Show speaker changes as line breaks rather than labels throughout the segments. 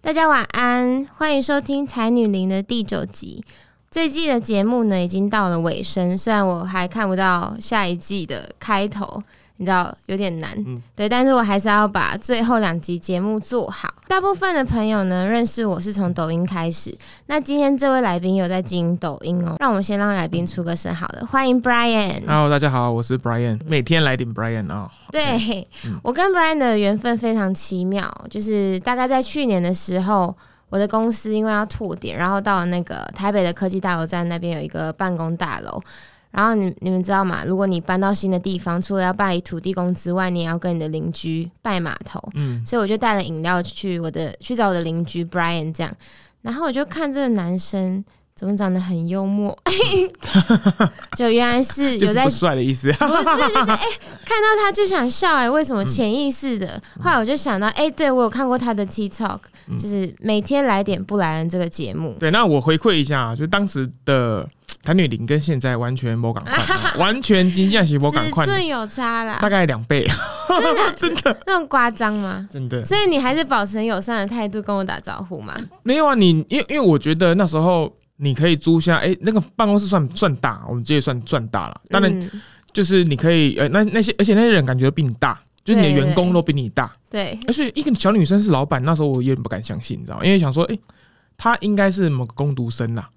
大家晚安，欢迎收听《才女林》的第九集。这季的节目呢，已经到了尾声，虽然我还看不到下一季的开头，你知道有点难，
嗯
对，但是我还是要把最后两集节目做好。大部分的朋友呢，认识我是从抖音开始，那今天这位来宾有在经营抖音哦，让我们先让来宾出个声好了，欢迎 Brian。
Hello，大家好，我是 Brian，每天来点 Brian 啊、
对、
嗯
我跟 Brian 的缘分非常奇妙，就是大概在去年的时候，我的公司因为要拓点，然后到了那个台北的科技大楼站那边有一个办公大楼。然后你你们知道吗？如果你搬到新的地方，除了要拜土地公之外，你也要跟你的邻居拜码头。
嗯，
所以我就带了饮料去我的去找我的邻居 Brian 这样，然后我就看这个男生怎么长得很幽默， 就原来是
嗯就
有
是
在
不帅的意思。
不是，就是哎、看到他就想笑哎、为什么潜意识的？后来我就想到，哎、对我有看过他的 TikTok，、
嗯
就是每天来点布莱恩这个节目。
对，那我回馈一下啊，就当时的谭女林跟现在完全没赶快 啊，完全金价是没赶
尺
快，
寸有差啦
大，概两 倍， 真的
那种夸张吗？
真的
所以你还是保持友善的态度跟我打招呼嘛。
没有啊。你因为因为我觉得那时候你可以租下，哎、那个办公室算算大，我们直接算算大了。当然
嗯
就是你可以，呃，那那些而且那些人感觉都比你大，就是你的
对对
员工
对
都比你大。
对，
而且一个小女生是老板，那时候我有点不敢相信，你知道吗？因为想说，哎、她应该是某个工读 生啦。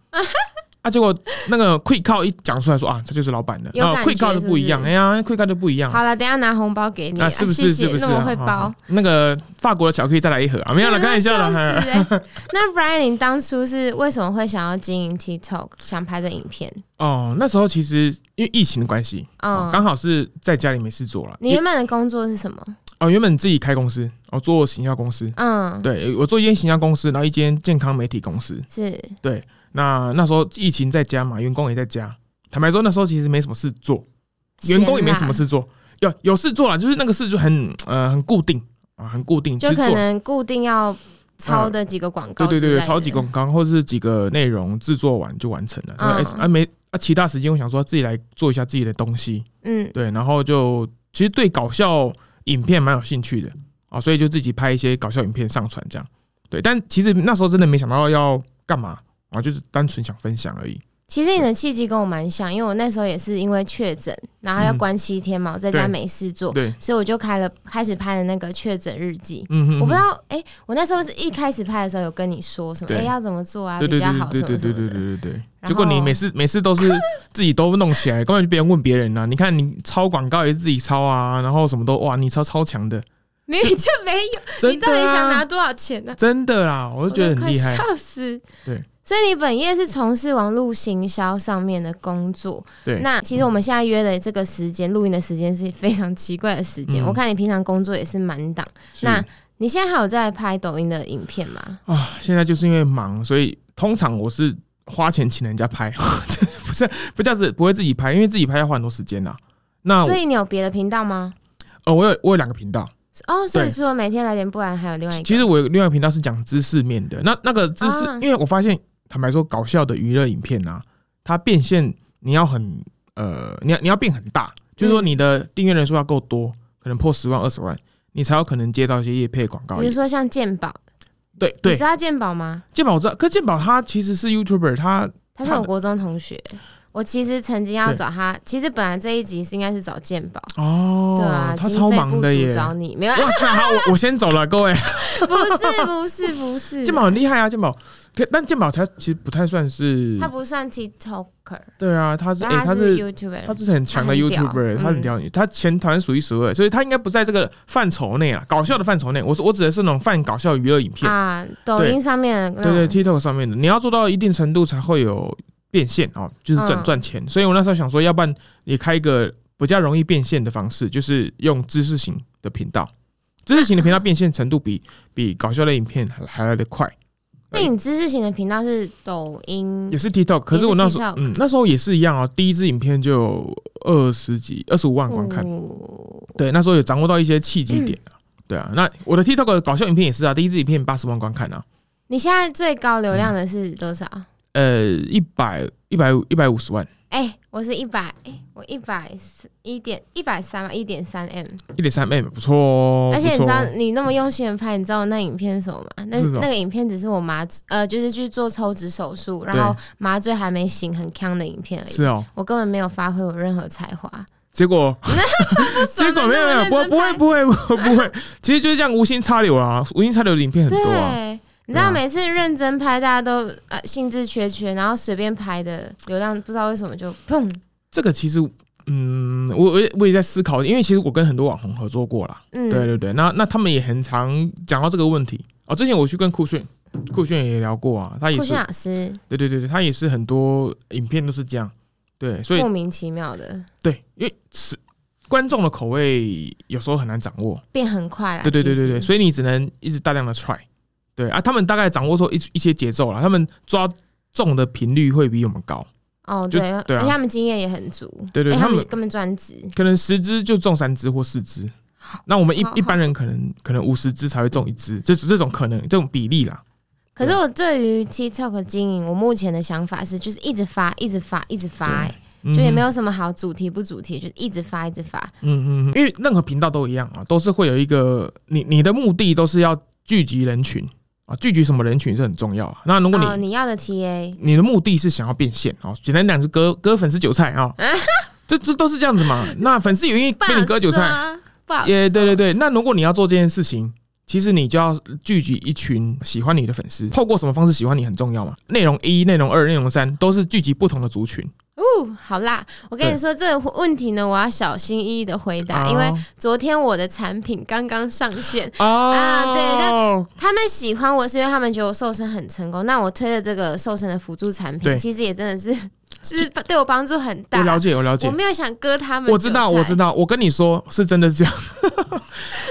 啊，结果那个 quick call 一讲出来说啊，她就是老板了。
有
然后
感
quick call
觉
就不一样，
是
哎呀，quick call 就不一样。
好了，等一下拿红包给你，
啊，是不
谢
是？是
谢
不，是？
那么会
啊
包
啊。那个法国的巧克力再来一盒啊！没有 了，开玩笑
笑死
了。
欸那 Brian，你当初是为什么会想要经营 TikTok，想拍的影片？
哦，那时候其实因为疫情的关系，哦
哦，
刚好是在家里没事做了。
你原本的工作是什么？
哦，原本自己开公司，哦，做行销公司。
嗯，
对，我做一间行销公司，然后一间健康媒体公司。
是
那那时候疫情在家嘛，员工也在家。坦白说，那时候其实没什么事做，员工也没什
闲啦，啊
么事做，有有事做啦，就是那个事就很呃很固定啊，很固定，
就
只
可
做
能固定要抄的几个广告
对
之
对
类的，
对对，超级广告或者是几个内容制作完就完成了。
嗯
哎啊没啊，其他时间我想说自己来做一下自己的东西，
嗯，
对，然后就其实对搞笑影片蛮有兴趣的啊，所以就自己拍一些搞笑影片上传这样。对，但其实那时候真的没想到要干嘛啊，就是单纯想分享而已。
其实你的契机跟我蛮像，因为我那时候也是因为确诊，然后要关七天嘛，我在家
嗯对
没事做，
对，
所以我就开了开始拍了那个确诊日记。
嗯哼，
我不知道，哎、我那时候是一开始拍的时候有跟你说什么，哎、
对
要怎么做啊，
对
比
对
较好
对
什么
对
什
对对
么
对
的，
对对对。
然
结果你
后
每次每 次都是自己都弄起来，根本就别人问别人啊。你看你抄广告也是自己抄啊，然后什么都哇，你抄超强的，
明明就没有， 你
真
到底
的
想拿
啊，
多少钱呢、
真的啦，我
我
就觉得
都
很厉害
快。笑死。
对，
所以你本业是从事网络行销上面的工作。
对
那其实我们现在约的这个时间，录音的时间是非常奇怪的时间。
嗯
我看你平常工作也是满档，
是
那你现在还有在拍抖音的影片吗？
啊，现在就是因为忙，所以通常我是花钱请人家拍， 不是不叫是不会自己拍，因为自己拍要花很多时间啦。那我
所以你有别的频道吗？
呃，我有我有两个频道，
哦，所以
对
除了每天来点，不然还有另外一个。
其实我有另外一个频道是讲知识面的，那那个知识，
啊
因为我发现坦白说，搞笑的娱乐影片啊，它变现你要很呃，你要你要变很大，就是说
嗯
你的订阅人数要够多，可能破十万二十万，你才有可能接到一些业配广告
比。如说像鉴宝，
对
你
对
知，道鉴宝吗？
健宝我知道，可健宝他其实是 YouTuber，他
他是我国中同学。我其实曾经要找他，其实本来这一集是应该是找鉴宝，
哦，
对啊，
他
经
超
费
忙
不
的
足
耶。
找你没有？
哇塞，好，我我先走了，各位。
不是不是不是，
健宝很厉害啊，健宝，可但健宝他其实不太算是
他，不算 TikToker，
对啊，他是
但
哎、
他
他
是
是
YouTuber，
他之前很强的
他很屌
YouTuber，
嗯
他很屌，他前台湾数一数二，所以他应该不在这个范畴内啊，搞笑的范畴内。我说我指的是那种泛搞笑娱乐影片，
啊，嗯抖音上面的那
对对
种
，TikTok 上面的，你要做到一定程度才会有变现哦，就是
嗯
赚赚钱。所以我那时候想说，要不然也开一个比较容易变现的方式，就是用知识型的频道，知识型的频道变现程度比比搞笑类影片还还来得快。
那你知识型的频道是抖音
也，是 TikTok，可是我那时候，嗯，那时候也是一样哦。第一支影片就有二十几、二十五万观看，
哦
对，那时候有掌握到一些契机
嗯
点啊。对啊，那我的 TikTok 的搞笑影片也是啊，第一支影片八十万观看啊，
你现在最高流量的是多少？
呃，一百、一百五、一百五十万，
哎，我是一百，我一百一点一百三嘛，一点三 m。
一点三 M 不错哦。
而且你
不
知
错
道
哦，
你那么用心的拍，你知道那影片是什么吗？那
是什么
那个影片只是我麻醉呃，就是去做抽脂手术，然后麻醉还没醒，很康的影片而已。
是哦，
我根本没有发挥我任何才华。
结果 结果没有没有，不不会不会不会不 会，其实就是这样无心插柳啊，无心插柳的影片很多啊。
对，你知
对啊
道每次认真拍，大家都呃兴致缺缺，然后随便拍的流量不知道为什么就砰，
这个其实，嗯，我我也我也在思考，因为其实我跟很多网红合作过啦，
嗯，
对对对，那那他们也很常讲到这个问题哦。之前我去跟酷炫，酷炫也聊过啊，他也
酷
是
炫，老师
对对对对，他也是很多影片都是这样，对，所以
莫名其妙的
对，因为是观众的口味有时候很难掌握，
变很快了，啊
对对对
其
对
实
对，所以你只能一直大量的 try，对啊，他们大概掌握出一一些节奏了，他们抓中的频率会比我们高，
哦
就
对，
对啊
而且他们经验也很足，
对对
而且哎他
他
们
们啊
根本专职，
可能十只就中三只或四只，那我们一
好好
一般人可能可能五十只才会中一只，这这种可能这种比例啦，
可是我对于 TikTok 经营，我目前的想法是，就是一直发，一直发，一直发、
对嗯
欸就也没
有，
有什么好主题不主题，就一直发，一直发。
嗯嗯，嗯因为任何频道都一样啊，都是会有一个你你的目的都是要聚集人群啊，聚集什么人群是很重要啊。那如果你
哦，你要的 TA，
你的目的是想要变现啊、哦，简单讲是割割粉丝韭菜 啊，这这都是这样子嘛。那粉丝也愿意被你 割韭菜，
不好说啊，不好
也对
说
对对。那如果你要做这件事情，其实你就要聚集一群喜欢你的粉丝，透过什么方式喜欢你很重要嘛。内容一、内容二、内容三都是聚集不同的族群
哦，好啦，我跟
对
你说这个问题呢，我要小心翼翼的回答，
啊
因为昨天我的产品刚刚上线，
哦
啊对那他们喜欢我是因为他们觉得我瘦身很成功，那我推的这个瘦身的辅助产
对
品，其实也真的是，就是对我帮助很大
我。了解，我了解
我，没有想割他们，
我知道，我知
道。
道，我跟你说是真的是这样，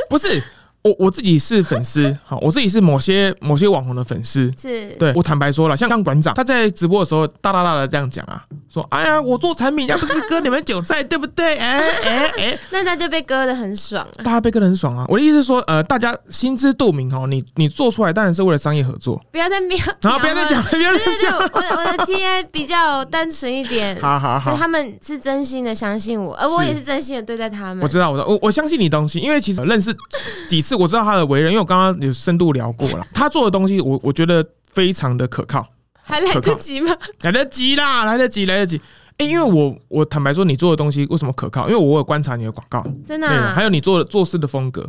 不是我我自己是 粉丝，好，我自己是某些某些网红的粉丝，
是，
对我坦白说了，像像馆长，他在直播的时候大大大的这样讲啊，说：“哎呀，我做产品，要不是割你们韭菜，对不对？” 哎哎哎，
那他就被割的很爽啊。
大家被割的很爽啊。我的意思是说，呃，大家心知肚明哦，你你做出来当然是为了商业合作，
不要再瞄，
然后不要再讲，
瞄
了，不要
了。对对
再
对，
讲
我
了，
我我的 TA 比较单纯一点，
好好
对
好。
他们是真心的相信我，而我
是
也是真心的对待他们
我。知道，我知道我我相信你东西，因为其实呃认识几次，我知道他的为人，因为我刚刚有深度聊过 了，他做的东西我，我觉得非常的可靠，
还来
可
得
靠
及吗？
来得及啦，来得及，来得及。哎、因为我我坦白说，你做的东西为什么可靠？因为我有观察你的广告，
真的
内容，
啊。
还有你做的做事的风格。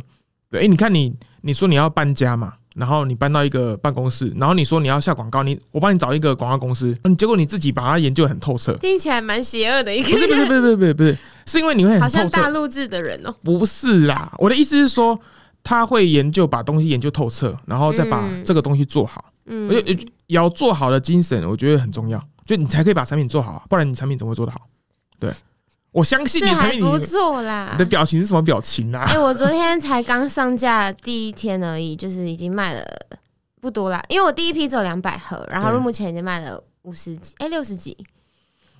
对，哎、你看你你说你要搬家嘛，然后你搬到一个办公室，然后你说你要下广告，你我帮你找一个广告公司，你结果你自己把它研究得很透彻
听起来蛮邪恶的一
不
个，
是不是不是不是不是不是，是因为你会
好
很
像
透
大
彻，
陆制的人哦。
不是啦。我的意思是说，他会研究把东西研究透彻，然后再把
嗯
这个东西做好。
嗯
我，觉得也要做好的精神，我觉得很重要，就你才可以把产品做好啊，不然你产品怎么会做得好？对，我相信
这
你产
还
品，
不
你
错啊啦
的。表情是什么表情啊？
哎，我昨天才刚上架第一天而已，就是已经卖了不多啦，因为我第一批只有两百盒，然后
对
目前已经卖了五十几，哎，六十几，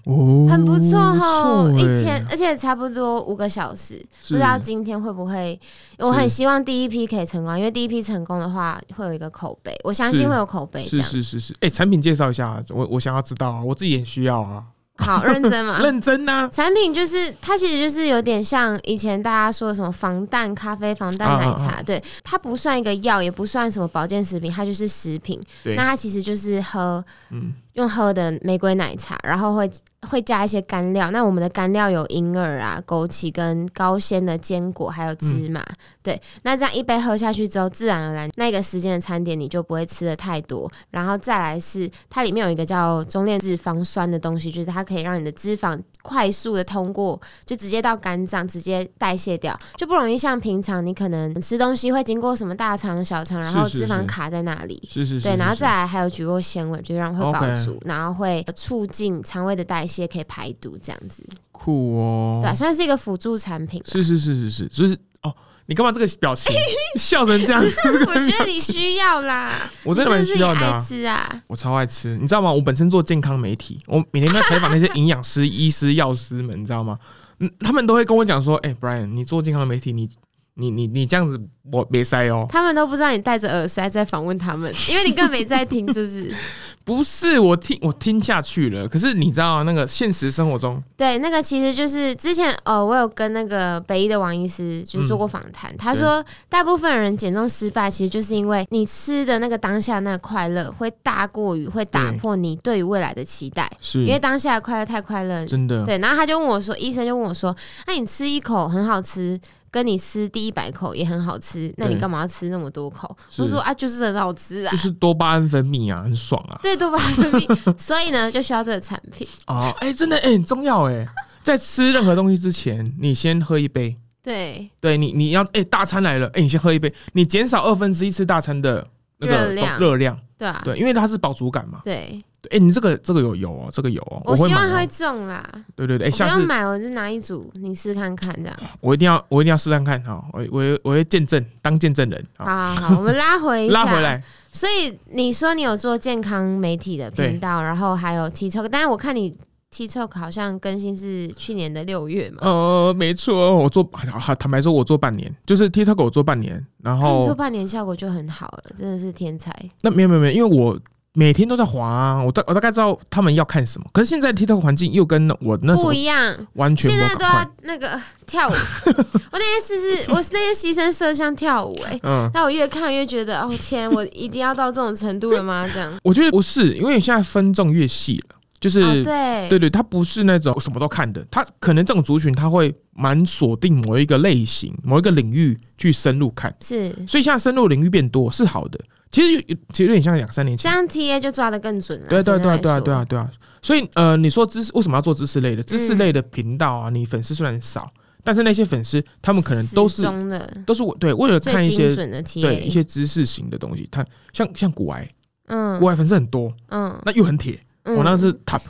哦，
很不错哦，
不
一
错欸
天，而且差不多五个小时，不
是
知道今天会不会？我
是
很希望第一批可以成功，因为第一批成功的话，会有一个口碑，我相
是
信会有口碑这
是
样。
是是是，哎、产品介绍一下啊，我我想要知道啊，我自己也需要啊，
好，认真嘛。
认真啊呐、
产品就是它，其实就是有点像以前大家说的什么防弹咖啡、防弹奶茶，
啊啊
对，它不算一个药，也不算什么保健食品，它就是食品。
对
那它其实就是喝
嗯，
用喝的玫瑰奶茶，然后会会加一些干料。那我们的干料有银耳啊、枸杞跟高纤的坚果，还有
嗯
芝麻。对，那这样一杯喝下去之后，自然而然那个时间的餐点你就不会吃的太多。然后再来是它里面有一个叫中链脂肪酸的东西，就是它可以让你的脂肪快速的通过，就直接到肝脏直接代谢掉，就不容易像平常你可能吃东西会经过什么大肠、小肠，然后
是是
脂肪
是
卡在那里。
是是是
对，然后
是
再来还有菊络纤维，就是让会饱
OK
足然后会促进肠胃的代谢，可以排毒这样子，
酷哦，
对、啊，算是一个辅助产品
。是是是是是，就是哦，你干嘛这个 表情笑成这样？
我觉得你需要啦，
我真的蛮
你是不
需
是
要
也
的、
爱
啊，
吃啊？
我超爱吃，你知道吗？我本身做健康媒体，我每天都在采访那些营养师、医师、药师们，你知道吗？嗯，他们都会跟我讲说，哎、b r i a n 你做健康媒体，你你你你这样子我没塞哦，
他们都不知道你戴着耳塞在访问他们，因为你根本没在听，是不是？
不是我听我听下去了，可是你知道那个现实生活中，
对，那个其实就是之前呃，我有跟那个北医的王医师
嗯
就是做过访谈，他说大部分人减重失败，其实就是因为你吃的那个当下那个快乐会大过于会打
对
破你对于未来的期待，因为
是
当下的快乐太快乐。
嗯真的，
对，然啊后他就问我说，医生就问我说，那你吃一口很好吃，跟你吃第一百口也很好吃，那你
对
干嘛要吃那么多口？
是
我说啊，就是很好吃啊
就。是多巴胺分泌啊，很爽啊。
对，多巴胺分泌，所以呢，就需要这个产品。
哦，哎、真的哎、很重要哎、在吃任何东西之前，你先喝一杯。
对，
对你，你要哎、大餐来了，哎、你先喝一杯，你减少二分之一次大餐的那个
热量
热量，
对啊，
对，因为它是饱足感嘛。
对，
对哎、你这个这个有油哦，这个有哦，
我
会
希
买
望
哦、
会中啦。
对对对，
我
哎、
不
下
要
次
买，我就拿一组，你试看看这样。
我一定要我一定要试看看哈、哦，我我我会见证当见证人
好
啊，
好好，我们拉回一下，
拉回。来，
所以你说你有做健康媒体的频道，然后还有 TikTok，但是我看你 TikTok 好像更新是去年的六月嘛，
呃，没错，我做好坦白说，我做半年，就是 TikTok 我做半年，然
啊看你做
后
半年效果就很好了，真的是天才。
那没有没有没有，因为我每天都在滑、啊，我大我大概知道他们要看什么，可是现在 TikTok 环境又跟我那时
不
候
一样，
完全
现
无
在
法
都要那个跳舞。我那天试试，我那天牺牲摄像跳舞、欸，哎，
嗯。
那我越看越觉得，哦天，我一定要到这种程度了吗？这样，
我觉得不是，因为现在分众越细了，就是、
哦，对，
对对，他不是那种什么都看的，他可能这种族群他会蛮锁定某一个类型、某一个领域去深入看，
是
所以现在深入领域变多是好的。其实有其实有点像两三年
这
前，
样 TA 就抓得更准了。
对对
简单
对
来
对啊
说
对啊，对啊。所以呃，你说知识为什么要做知识类的？知识
嗯
类的频道啊，你粉丝虽然少，但是那些粉丝他们可能都
死
是
忠的
都是我对为了看
最
一
精
些
准的 TA，
对一些知识型的东西，他像像古癌，
嗯
古癌粉丝很多，
嗯，
那又很铁，
嗯
我哦那是 top，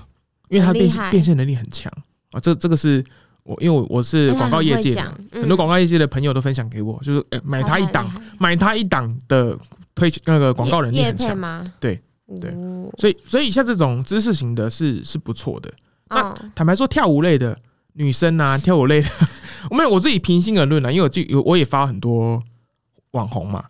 因为他
很厉
变现
害
变现能力很强啊。这这个是我因为我我是广告业界
因为他
嘛，
很会讲嗯
很多广告业界的朋友都分享给我，就是、诶买他一档，买他一档的推那个广告能力
业
很
配
强。
吗？
对对
哦，
所以所以像这种知识型的是是不错的。那
哦
坦白说，跳舞类的女生啊，跳舞类的， 我没有我自己平心而论啊，因为我就有我也发很多网红嘛，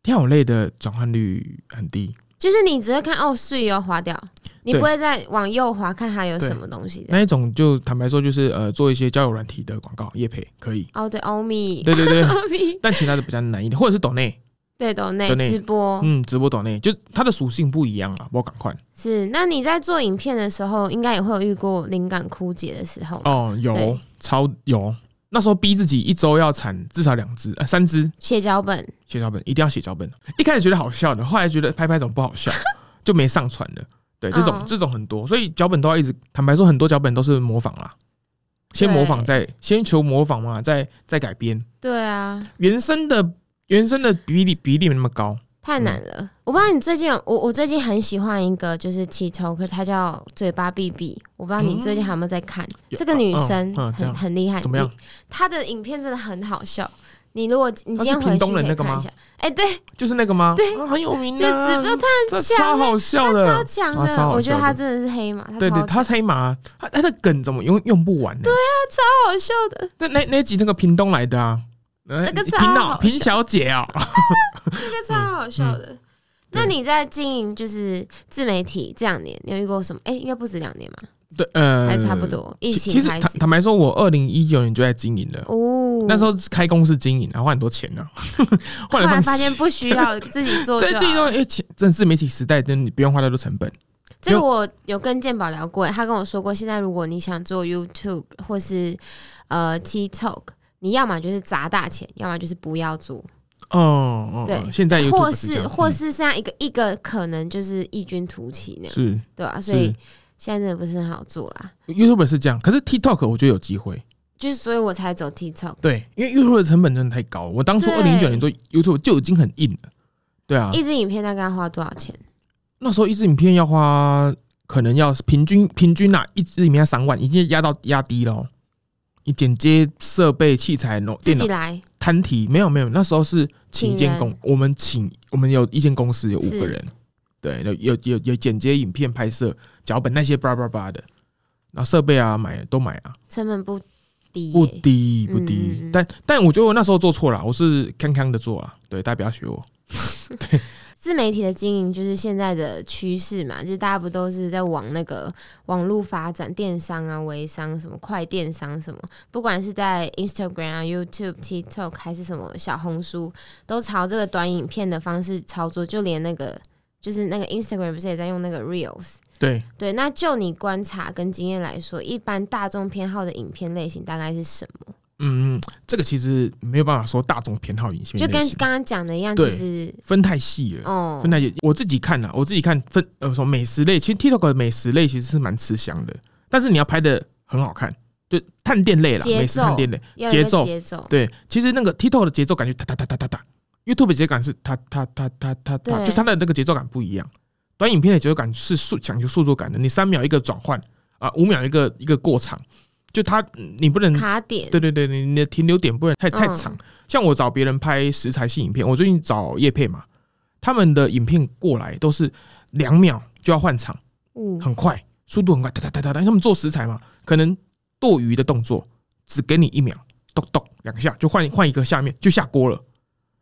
跳舞类的转换率很低。
就是你只会看哦，是有划掉，你
对
不会再往右滑看它有
对
什么东西的。
那一种就坦白说，就是呃做一些交友软体的广告业配可以。
哦，对，欧米，
对对对，
欧米，
但其他的比较难一点，或者是抖内，
对，抖内
抖内
直播
嗯，直播抖内，就它的属性不一样啊，我赶快
是。那你在做影片的时候，应该也会有遇过灵感枯竭的时候吗，
哦，有
对
超有，那时候逼自己一周要产至少两只、呃、三只
写脚本，
写脚本，一定要写脚本。一开始觉得好笑的，后来觉得拍拍总不好笑， 就没上传了。对，这种、
哦
这种很多，所以脚本都要一直坦白说，很多脚本都是模仿啦，先模仿再先求模仿嘛，再再改编。
对啊，
原生的原生的比例比例没那么高，
太难了。
嗯
我不知道你最近有我我最近很喜欢一个就是 TikTok，它叫嘴巴闭闭。我不知道你最近还有没有在看、
有
这个女
嗯
生
嗯这
很、
样
很厉害，
怎么样
你？她的影片真的很好笑。你如果你今天
她是
回
屏
去
东
可
人
以
那个吗
看一下，哎、对，
就是那个吗？对，很有名
就
的
只
啊，
不过
这
她很强、
超
欸，
好笑
她超
的。
强
她超好
的，我觉得
笑的
她真的是黑马，她
对对，
超
他
强
黑马，他他的梗怎么用用不完呢、对，
超好笑的，
那那那集那个屏东来的啊，那
啊个
平
超好
哦，平
笑
小姐哦，
这个超好笑
嗯
的。那你在经营就是自媒体这两年，你有遇过什么？哎、应该不止两年吧，
对，呃，
还差不。多。疫
其其
情
实
开
坦
始，
坦白说，我二零一九年就在经营了。
哦，
那时候开公司经营，然后花很多钱呢、 啊，后来放弃
发现不需 要自己做
在
就
这一
好。
段，因为其真的自媒体时代，真的你不用花太多成本。
这个我有跟健宝聊过，他跟我说过，现在如果你想做 YouTube 或是呃 TikTok，你要么就是砸大钱，要么就是不要做，
哦哦，
对
哦现在 YouTube
或
这
是
样
或
嗯
是现在一个一个可能就是异军突起那样，
是
对吧、所以现在真的不是很好做啦，
YouTube 是这样，可是 TikTok 我觉得有机会。
就是所以我才走 TikTok。
对，因为 YouTube 的成本真的太高了。我当初二
对
零一九年做 YouTube 就已经很硬了，对啊，
一支影片大概要花多少钱？
那时候一支影片要花，可能要平均平均啊，一支影片要三万，已经压到压低了哦。你剪接设备、器材、弄
自
电脑
己、来，
摊提，没有没有，那时候是请一
请
间
人
公，我们请我们有一间公司有五
是
个人，对，有有有有剪接、影片拍摄、脚本那些叭叭叭的，然后设备啊买都买啊，
成本不低、
不
耶
低不低，
嗯嗯嗯
但但我觉得我那时候做错了，我是康康的做啊，对，大家不要学我。
自媒体的经营就是现在的趋势嘛，就是大家不都是在往那个网络发展，电商啊、微商什么、快电商什么，不管是在 Instagram 啊、YouTube、TikTok 还是什么小红书，都朝这个短影片的方式操作，就连那个就是那个 Instagram 不是也在用那个 Reels。
对，
对，那就你观察跟经验来说，一般大众偏好的影片类型大概是什么？
嗯，这个其实没有办法说大众偏好影片类型，
就跟刚刚讲的一样，
对
其实
分太细了。
哦
分，太细，我自己看啊呐、我自己看分呃什么美食类，其实 TikTok 的美食类其实是蛮吃香的，但是你要拍的很好看，就探店类啦，
节奏
美食探店类，
要有一
节奏
个节奏，
对，其实那个 TikTok 的节奏感觉哒哒哒哒哒哒，YouTube 的节奏感是哒哒哒哒哒哒，
对
就是它的那个节奏感不一样。短影片的节奏感是速讲究速度感的，你三秒一个转换啊，五秒一个一个过场，就它你不能
卡点，
嗯对对对，你你的停留点不能太太
嗯
长。像我找别人拍食材性影片，我最近找叶配嘛，他们的影片过来都是两秒就要换场，
嗯，
很快，速度很快，哒哒哒哒哒。因为他们做食材嘛，可能剁鱼的动作只给你一秒，咚咚两下就换换一个下面就下锅了，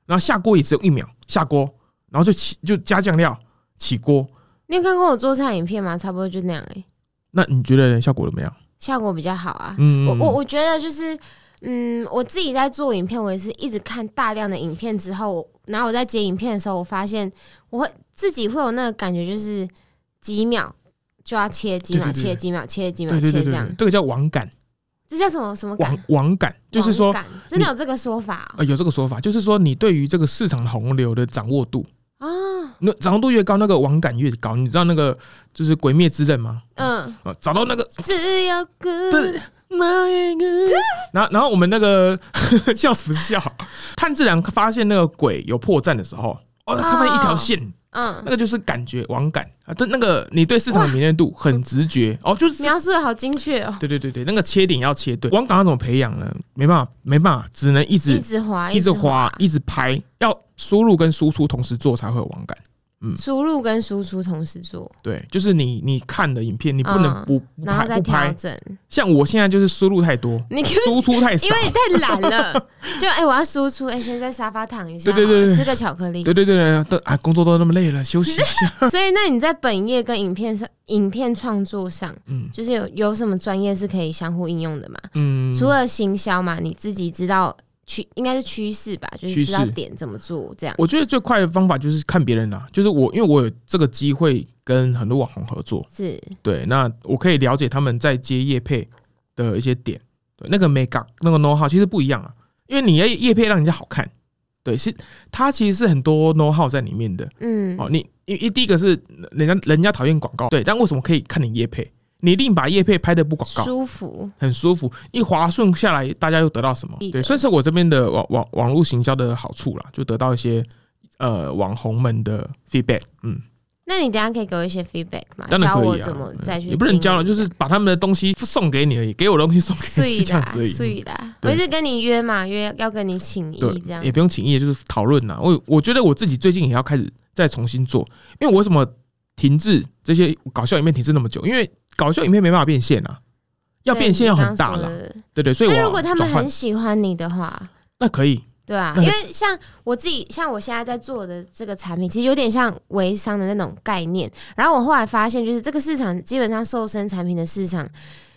然后下锅也只有一秒，下锅，然后就起就加酱料起锅。
你有看过我做菜影片吗？差不多就那样哎、
那你觉得效果怎么样？
效果比较好啊。
嗯，
我我我觉得就是，嗯，我自己在做影片，我也是一直看大量的影片之后，我然后我在剪影片的时候，我发现我会自己会有那个感觉，就是几秒就要切，几秒
对对对
切，几秒切，几秒
对对
切
对
这
对
样
对，。这个叫网感，
这叫什么什么感
网？网感就是说
网感真的有这个说法
呃，有这个说法，就是说你对于这个市场洪流的掌握度，
哦啊？
那掌握度越高，那个网感越高。你知道那个就是《鬼灭之刃》吗？
嗯，
啊，找到那个
只有
对
good，
那一个， 然后然后我们那个 笑什么笑？炭治郎发现那个鬼有破绽的时候，哦，他发现一条线，那
嗯，
个就是感觉网感啊，这那个你对市场的敏锐度很直觉哦，就是
描述的好精确哦，
对对对对，那个切点要切对。网感要怎么培养呢？没办法，没办法，只能一直
一直滑，
一直滑
滑，，
一直拍，要输入跟输出同时做才会有网感。
输入跟输出同时做，
对，就是你你看的影片，你不能
嗯
不、不
然后
拍
再
不
调
拍。
整。
像我现在就是输入太多，
你
输出太
因
少
为。你太懒了，就哎、我要输出，哎、先在沙发躺一下，
对对对对
吃个巧克力。
对对对对，都啊，工作都那么累了，休息一下。
所以，那你在本业跟影片上、影片创作上，
嗯
就是有有什么专业是可以相互应用的嘛？
嗯，
除了行销嘛，你自己知道趋应该是趋势吧，就是
趋
知道
势
点怎么做这样。
我觉得最快的方法就是看别人啦、就是我，因为我有这个机会跟很多网红合作，
是
对，那我可以了解他们在接业配的一些点，对，那个美感、那个 know how 其实不一样啊，因为你要业配让人家好看，对，是它其实是很多 know how 在里面的
嗯，
哦。你一一第一个是人家人家讨厌广告，对，但为什么可以看你业配？你一定把业配拍的不广告
舒服，
很舒服，一滑顺下来，大家又得到什么
是？的
对，算是我这边的网网网络行销的好处啦，就得到一些呃网红们的 feedback，嗯。
那你等一下可以给我一些 feedback 吗？
当然
教
可
我
以啊，
怎么
嗯
再去经营这样？
也不能教了，就是把他们的东西送给你而已，给我的东西送给
碎
你，这样
啦
子而已。
碎啦。我
对
一直跟你约嘛，约要跟你请益这样
对，也。不用请意，就是讨论呐。我我觉得我自己最近也要开始再重新做，因为我为什么停滞这些搞笑影片停滞那么久？因为搞笑影片没办法变现啊，要
对
变现
你
要很
刚
大
说
了，
的
对对，所以我
那
要
如果他们
转换
很喜欢你的话，
那可以，
对啊，
那
因
很
为像我自己，像我现在在做的这个产品，其实有点像微商的那种概念。然后我后来发现，就是这个市场基本上瘦身产品的市场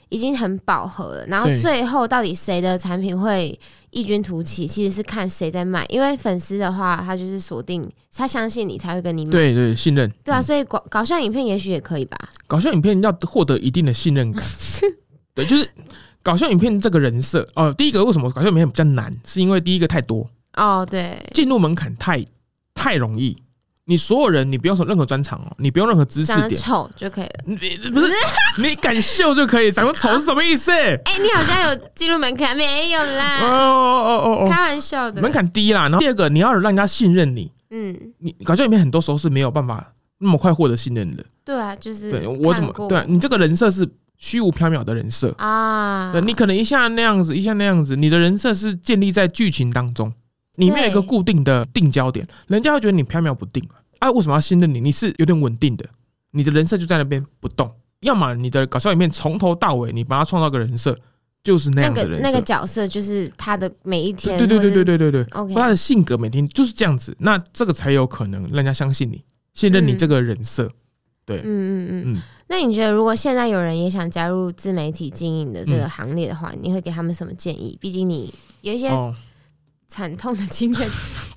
已经很饱和了。然后
对
最后到底谁的产品会异军突起，其实是看谁在卖。因为粉丝的话，他就是锁定他相信你才会跟你买，
对对，信任。
对啊。
嗯
所以搞搞笑影片也许也可以吧，
搞笑影片要获得一定的信 任感，对，就是搞笑影片这个人设哦、第一个为什么搞笑影片比较难，是因为第一个太多，
哦，对，
进入门槛太太容易。你所有人，你不用说任何专长哦，你不用任何知识
长得
点，
丑就可以了。
你 不是你敢秀就可以，长得丑是什么意思？
哎、你好像有进入门槛没有
哦
啦？
哦哦哦
开玩笑
哦，
的，
门，槛低啦。然后第二个，你要让人家信任你，
嗯，
你搞笑影片很多时候是没有办法那么快获得信任的。
对啊，就是
对我怎么
看过
对啊你这个人设是虚无缥缈的人设，
啊，
对你可能一下那样子，一下那样子，你的人设是建立在剧情当中，里面有一个
对
固定的定焦点，人家会觉得你飘渺不定啊啊！为什么要信任你？你是有点稳定的，你的人设就在那边不动。要么你的搞笑影片从头到尾你把它创造个人设，就是
那
那样
个
的人设。
那个角色就是他的每一天，
对对对对对对对，
，OK
他的性格每天就是这样子，那这个才有可能让人家相信你，信任你
嗯
这个人设。
嗯嗯嗯
嗯。
那你觉得，如果现在有人也想加入自媒体经营的这个
嗯
行列的话，你会给他们什么建议？毕竟你有一些
哦，
惨痛的经 验，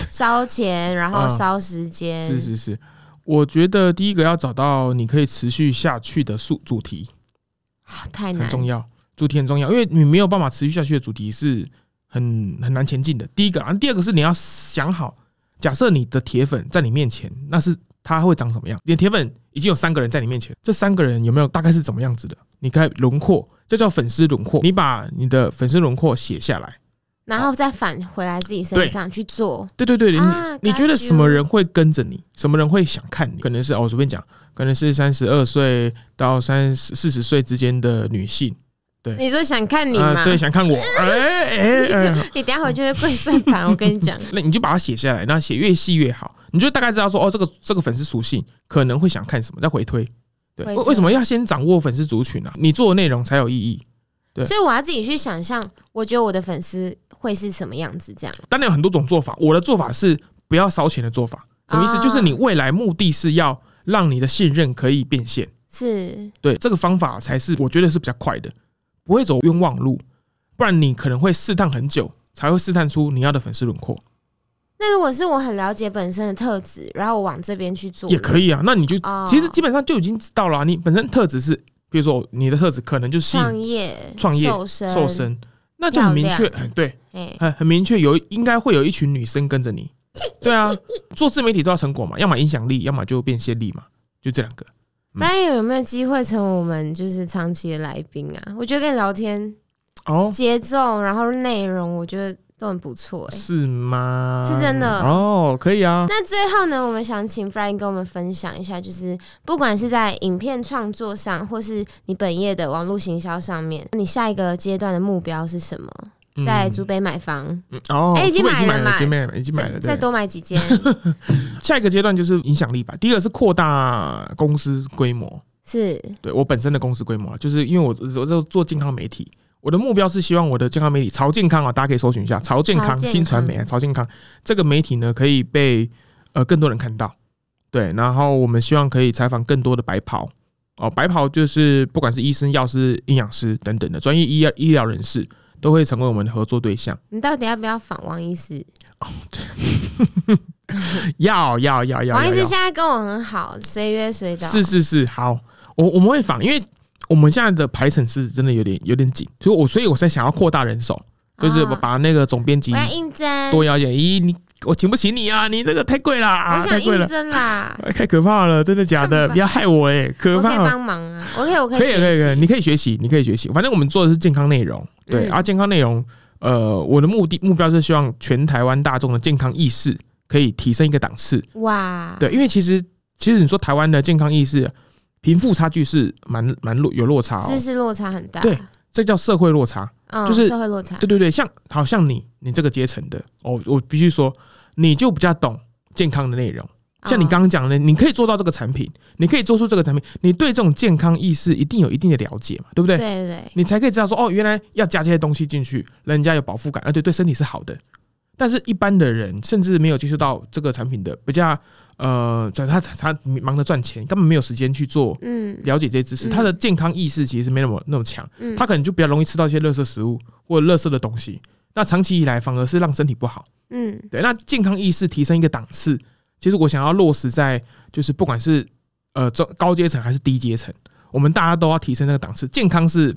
烧钱，然后
啊
烧时间，
是是是，我觉得第一个要找到你可以持续下去的主主题
啊太
很
难。
重要，主题很重要，因为你没有办法持续下去的主题是很很难前进的。第一个，啊，第二个是你要想好，假设你的铁粉在你面前，那是他会长什么样？你的铁粉已经有三个人在你面前，这三个人有没有大概是怎么样子的？你可以轮廓，这叫粉丝轮廓。你把你的粉丝轮廓写下来。
然后再返回来自己身
对
上去做。
对对对，你、
啊
你
got
觉得什么
you
人会跟着你？什么人会想看你？可能是哦，我随便讲，可能是三十二岁到三十四十岁之间的女性，对
你说想看你
啊、
吗？
对，想 看我，哎哎哎，
你等一下回去会跪算盘，我跟你讲。
那你就把它写下来，那写越细越好，你就大概知道说哦，这个这个粉丝属性可能会想看什么，再回推。对，
回
为
推
为什么要先掌握粉丝族群啊？你做的内容才有意义。对
所以我要自己去想象，我觉得我的粉丝会是什么样子，这样。
当然有很多种做法，我的做法是不要烧钱的做法，什么意思？
啊
就是你未来目的是要让你的信任可以变现，
是，
对，这个方法才是我觉得是比较快的，不会走冤枉路，不然你可能会试探很久才会试探出你要的粉丝轮廓，
那如果是我很了解本身的特质，然后我往这边去做，
也可
以。
以啊。那你就
哦，
其实基本上就已经知道了啊、你本身特质是，比如说你的特质可能就是吸
创
引
业、
创业
瘦身、
瘦，身，嗯那就很明确，
漂
很对，
哎，
很很明确，有应该会有一群女生跟着你。对啊， 做自媒体都要成果嘛，要么影响力，要么就变现力嘛，就这两个。嗯
不然有没有机会成为我们就是长期的来宾啊？我觉得跟你聊天
哦，
节奏，然后内容，我觉得都很不错、哎。
是吗？
是真的
哦，可以啊。
那最后呢，我们想请 Brian 跟我们分享一下，就是不管是在影片创作上，或是你本业的网络行销上面，你下一个阶段的目标是什么？
嗯
在竹北买房，
嗯哦，
哎已经
这个
买了
已经
嘛
买了，已经买了，已经买了。
再再
对
多买几间。
下一个阶段就是影响力吧。第一个是扩大公司规模，
是，
对我本身的公司规模啊，就是因为我我在做健康媒体，我的目标是希望我的健康媒体潮健康啊，大家可以搜寻一下潮健
潮
康
健康
新传媒啊潮健康这个媒体呢，可以被呃更多人看到，对，然后我们希望可以采访更多的白袍哦，白袍就是不管是医生、药师、营养师等等的专业医药医疗人士，都会成为我们的合作对象。
你到底要不要访王医师？
要要 要要，
王医
要
师
要
现在跟我很好，随约随到。
是是是，好，我我们会访，因为我们现在的排程是真的有点有点紧，所以我所以我才想要扩大人手，就是
啊
把那个总编辑
我要应征，
多邀请。咦，你我请不起你啊？你这个太贵啦，
我
啊太
想
贵
应
了，
征啦。
哎太可怕了，真的假的？
干嘛
不要害我哎、可
我可以
怕。
帮忙啊，我可以，我可以
可以
学习，
可以啊可以，你可以学习，你可以学习。反正我们做的是健康内容，对，
嗯
而健康内容，呃，我的目的目标是希望全台湾大众的健康意识可以提升一个档次。
哇，
对，因为其实其实你说台湾的健康意识，贫富差距是蛮蛮落有落差
知
哦，
识落差很大，
对，这叫社会落差。
嗯，
就是
社会落差
对，对对，像好像你你这个阶层的，哦，我必须说，你就比较懂健康的内容。像你
哦
刚刚讲的，你可以做到这个产品，你可以做出这个产品，你对这种健康意识一定有一定的了解嘛，对不对？
对对对，
你才可以知道说，哦，原来要加这些东西进去，人家有饱腹感，而且对身体是好的。但是，一般的人甚至没有接触到这个产品的，比较呃，他他他忙着赚钱，根本没有时间去做
嗯
了解这些知识，
嗯
他的健康意识其实没那么那么强，
嗯，
他可能就比较容易吃到一些垃圾食物或者垃圾的东西。那长期以来反而是让身体不好。
嗯
对，那健康意识提升一个档次，其实我想要落实在就是不管是呃中高阶层还是低阶层，我们大家都要提升那个档次。健康是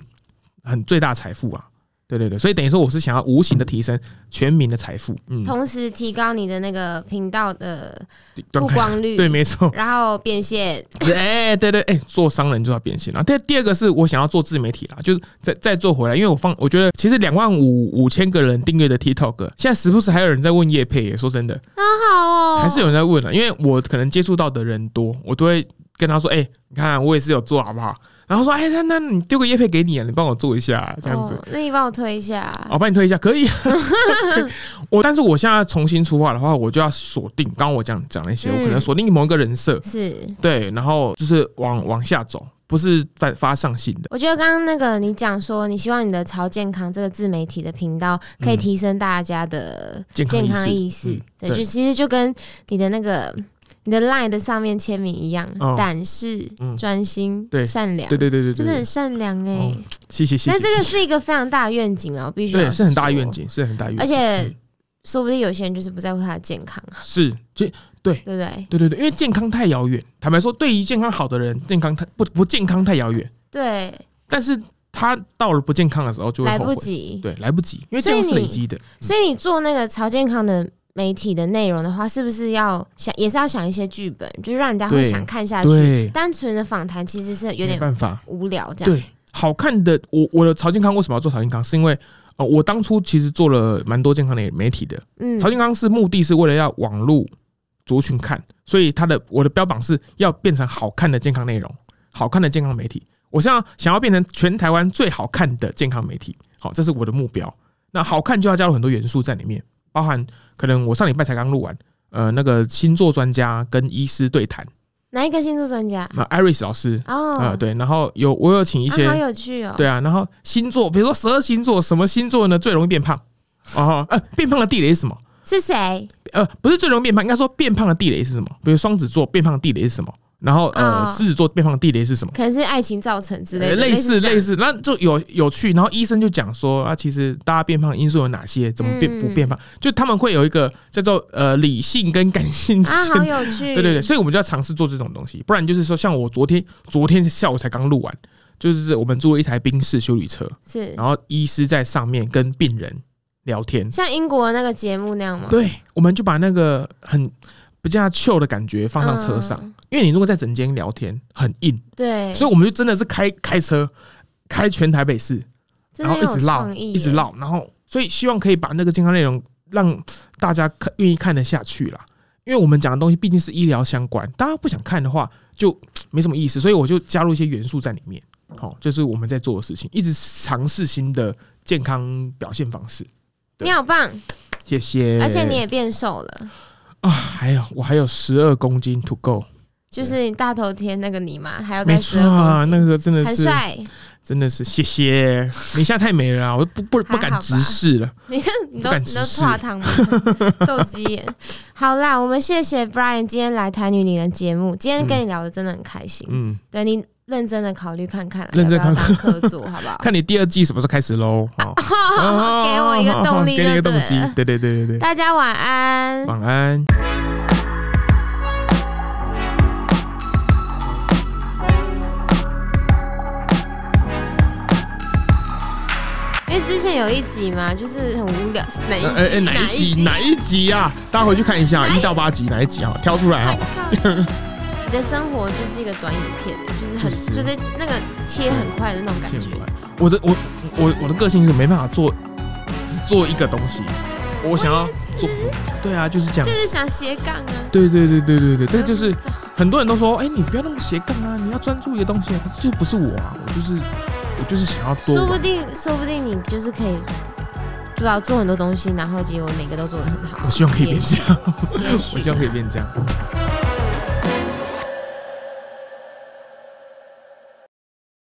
很最大财富啊，对对对，所以等于说我是想要无形的提升全民的财富，嗯，
同时提高你的那个频道的
对
曝光率，
对，没错，
然后变现，
哎、对对，哎、做商人就要变现了。第第二个是我想要做自媒体啦，就是再再做回来，因为我放，我觉得其实两万五五千个人订阅的 TikTok，现在时不时还有人在问叶佩耶，说真的，
很好哦，
还是有人在问啊的，因为我可能接触到的人多，我都会跟他说：“哎、你看我也是有做好不好？”然后说：“哎、那那你丢个叶配给你啊，你帮我做一下这样子，哦
哦，那啊你帮我推一下，
我帮你推一下，可 以。啊可以”我但是我现在重新出发的话，我就要锁定刚刚我讲讲那些，我可能
嗯
锁定某一个人设，
是
对，然后就是往往下走，不是在发上性的。
我觉得刚刚那个你讲说，你希望你的“朝健康”这个自媒体的频道可以
嗯
提升大家的
健康
意
意识
识，
嗯
对，
对
就其实就跟你的那个你的 line 的上面签名一样，
哦
胆识、
嗯
专心、
对
善良，
对对对对对，
真的很善良哎、
哦谢谢谢谢。
那这个是一个非常大的愿景啊，我必须
对
要
是很大
说
愿，景，是很大愿景，
而且
嗯
说不定有些人就是不在乎他的健康 啊，
是这
对不对？
对对对，因为健康太遥远。坦白说，对于健康好的人，健康太不不健康太遥远，
对，
但是他到了不健康的时候就会
来
后悔，
不及。
对，来不及，因为
所以
健康是累
你
积的。
所以你做那个朝健康的媒体的内容的话，是不是要想也是要想一些剧本，就是让人家会
对
想看下去？
对，
单纯的访谈其实是有
没
点
办法。
无聊，这样
对，好看的我我的曹健康为什么要做曹健康？是因为呃，我当初其实做了蛮多健康的媒体的。
嗯
曹健康是目的是为了要网路族群看，所以它的我的标榜是要变成好看的健康内容，好看的健康媒体。我想要想要变成全台湾最好看的健康媒体，好，这是我的目标。那好看就要加入很多元素在里面，包含可能我上礼拜才刚录完，呃，那个星座专家跟医师对谈，
哪一个星座专家？
那 Iris 老师
哦，
啊、对，然后有我有请一
啊，
些、
好有趣哦，
对啊，然后星座，比如说十二星座，什么星座呢最容易变胖？哦，呃，变胖的地雷是什么？
是谁？
呃，不是最容易变胖，应该说变胖的地雷是什么？比如双子座变胖的地雷是什么？然后呃，
哦
狮子座变胖的地雷是什么？
可能是爱情造成之类
呃
的，
类似
这样
类似，那就有有趣。然后医生就讲说啊，其实大家变胖的因素有哪些？怎么变不
嗯
变胖？就他们会有一个叫做呃理性跟感性之
啊，
间
好有趣，
对对对，，所以我们就要尝试做这种东西，不然就是说，像我昨天昨天下午才刚录完，就是我们租了一台宾士修理车，
是
然后医师在上面跟病人聊天，
像英国那个节目那样吗？
对，我们就把那个很比较 chill 的感觉放上车上，
嗯
因为你如果在整间聊天很硬，
对，
所以我们就真的是开开车开全台北市，
真
然
的很
后
有
一直绕
创意
一直
耶，
绕，然后所以希望可以把那个健康内容让大家看愿意看得下去啦。因为我们讲的东西毕竟是医疗相关，大家不想看的话就没什么意思，所以我就加入一些元素在里面。好、就是我们在做的事情，一直尝试新的健康表现方式。对
你好棒，
谢谢。
而且你也变瘦了，
啊，还有我还有十二公斤 to go，
就是你大头贴那个你嘛，还要
没
再十
错
二
啊，
公
那
斤，
个真的
很
是
帅。
真的是谢谢你，现在太美了啊，我都不不
还
不
好
敢
吧
直视了。
你看，你
不
都
敢
你
直
都
视
跨堂吗 斗鸡眼。好啦，我们谢谢 Brian 今天来台女你的节目，今天跟你聊的真的很开心。
嗯，
对你认真的考虑看看啦，
认真
要不要当客座，好不好？
看你第二季什么时候开始喽？好。
哦给我一个动力，
给你一个动机。对对对对对，
大家晚安。
晚安。
因为之前有一集嘛，就是很无聊，是哪一集？
哎哎，哪一集？哪一集啊？大家回去看一下，一到八集哪一集啊？挑出来啊！
你的生活就是一个短影片，就是很
确实
就是那个切很快的那种感觉。
我的我我我的个性是没办法做只做一个东西，我想要
也是
做，对啊，就是这样
就。是想斜杠啊。
对对对对对对，这个就是
不知道
很多人都说，哎，你不要那么斜杠啊，你要专注一个东西啊。可是这不是我啊，我就是我就是想要多
说不
玩。
定，说不定你就是可以做到做很多东西，然后结果每个都做得很好。
我希望可以变
也许
这样，
也
我
许
希望可以变这样。
啦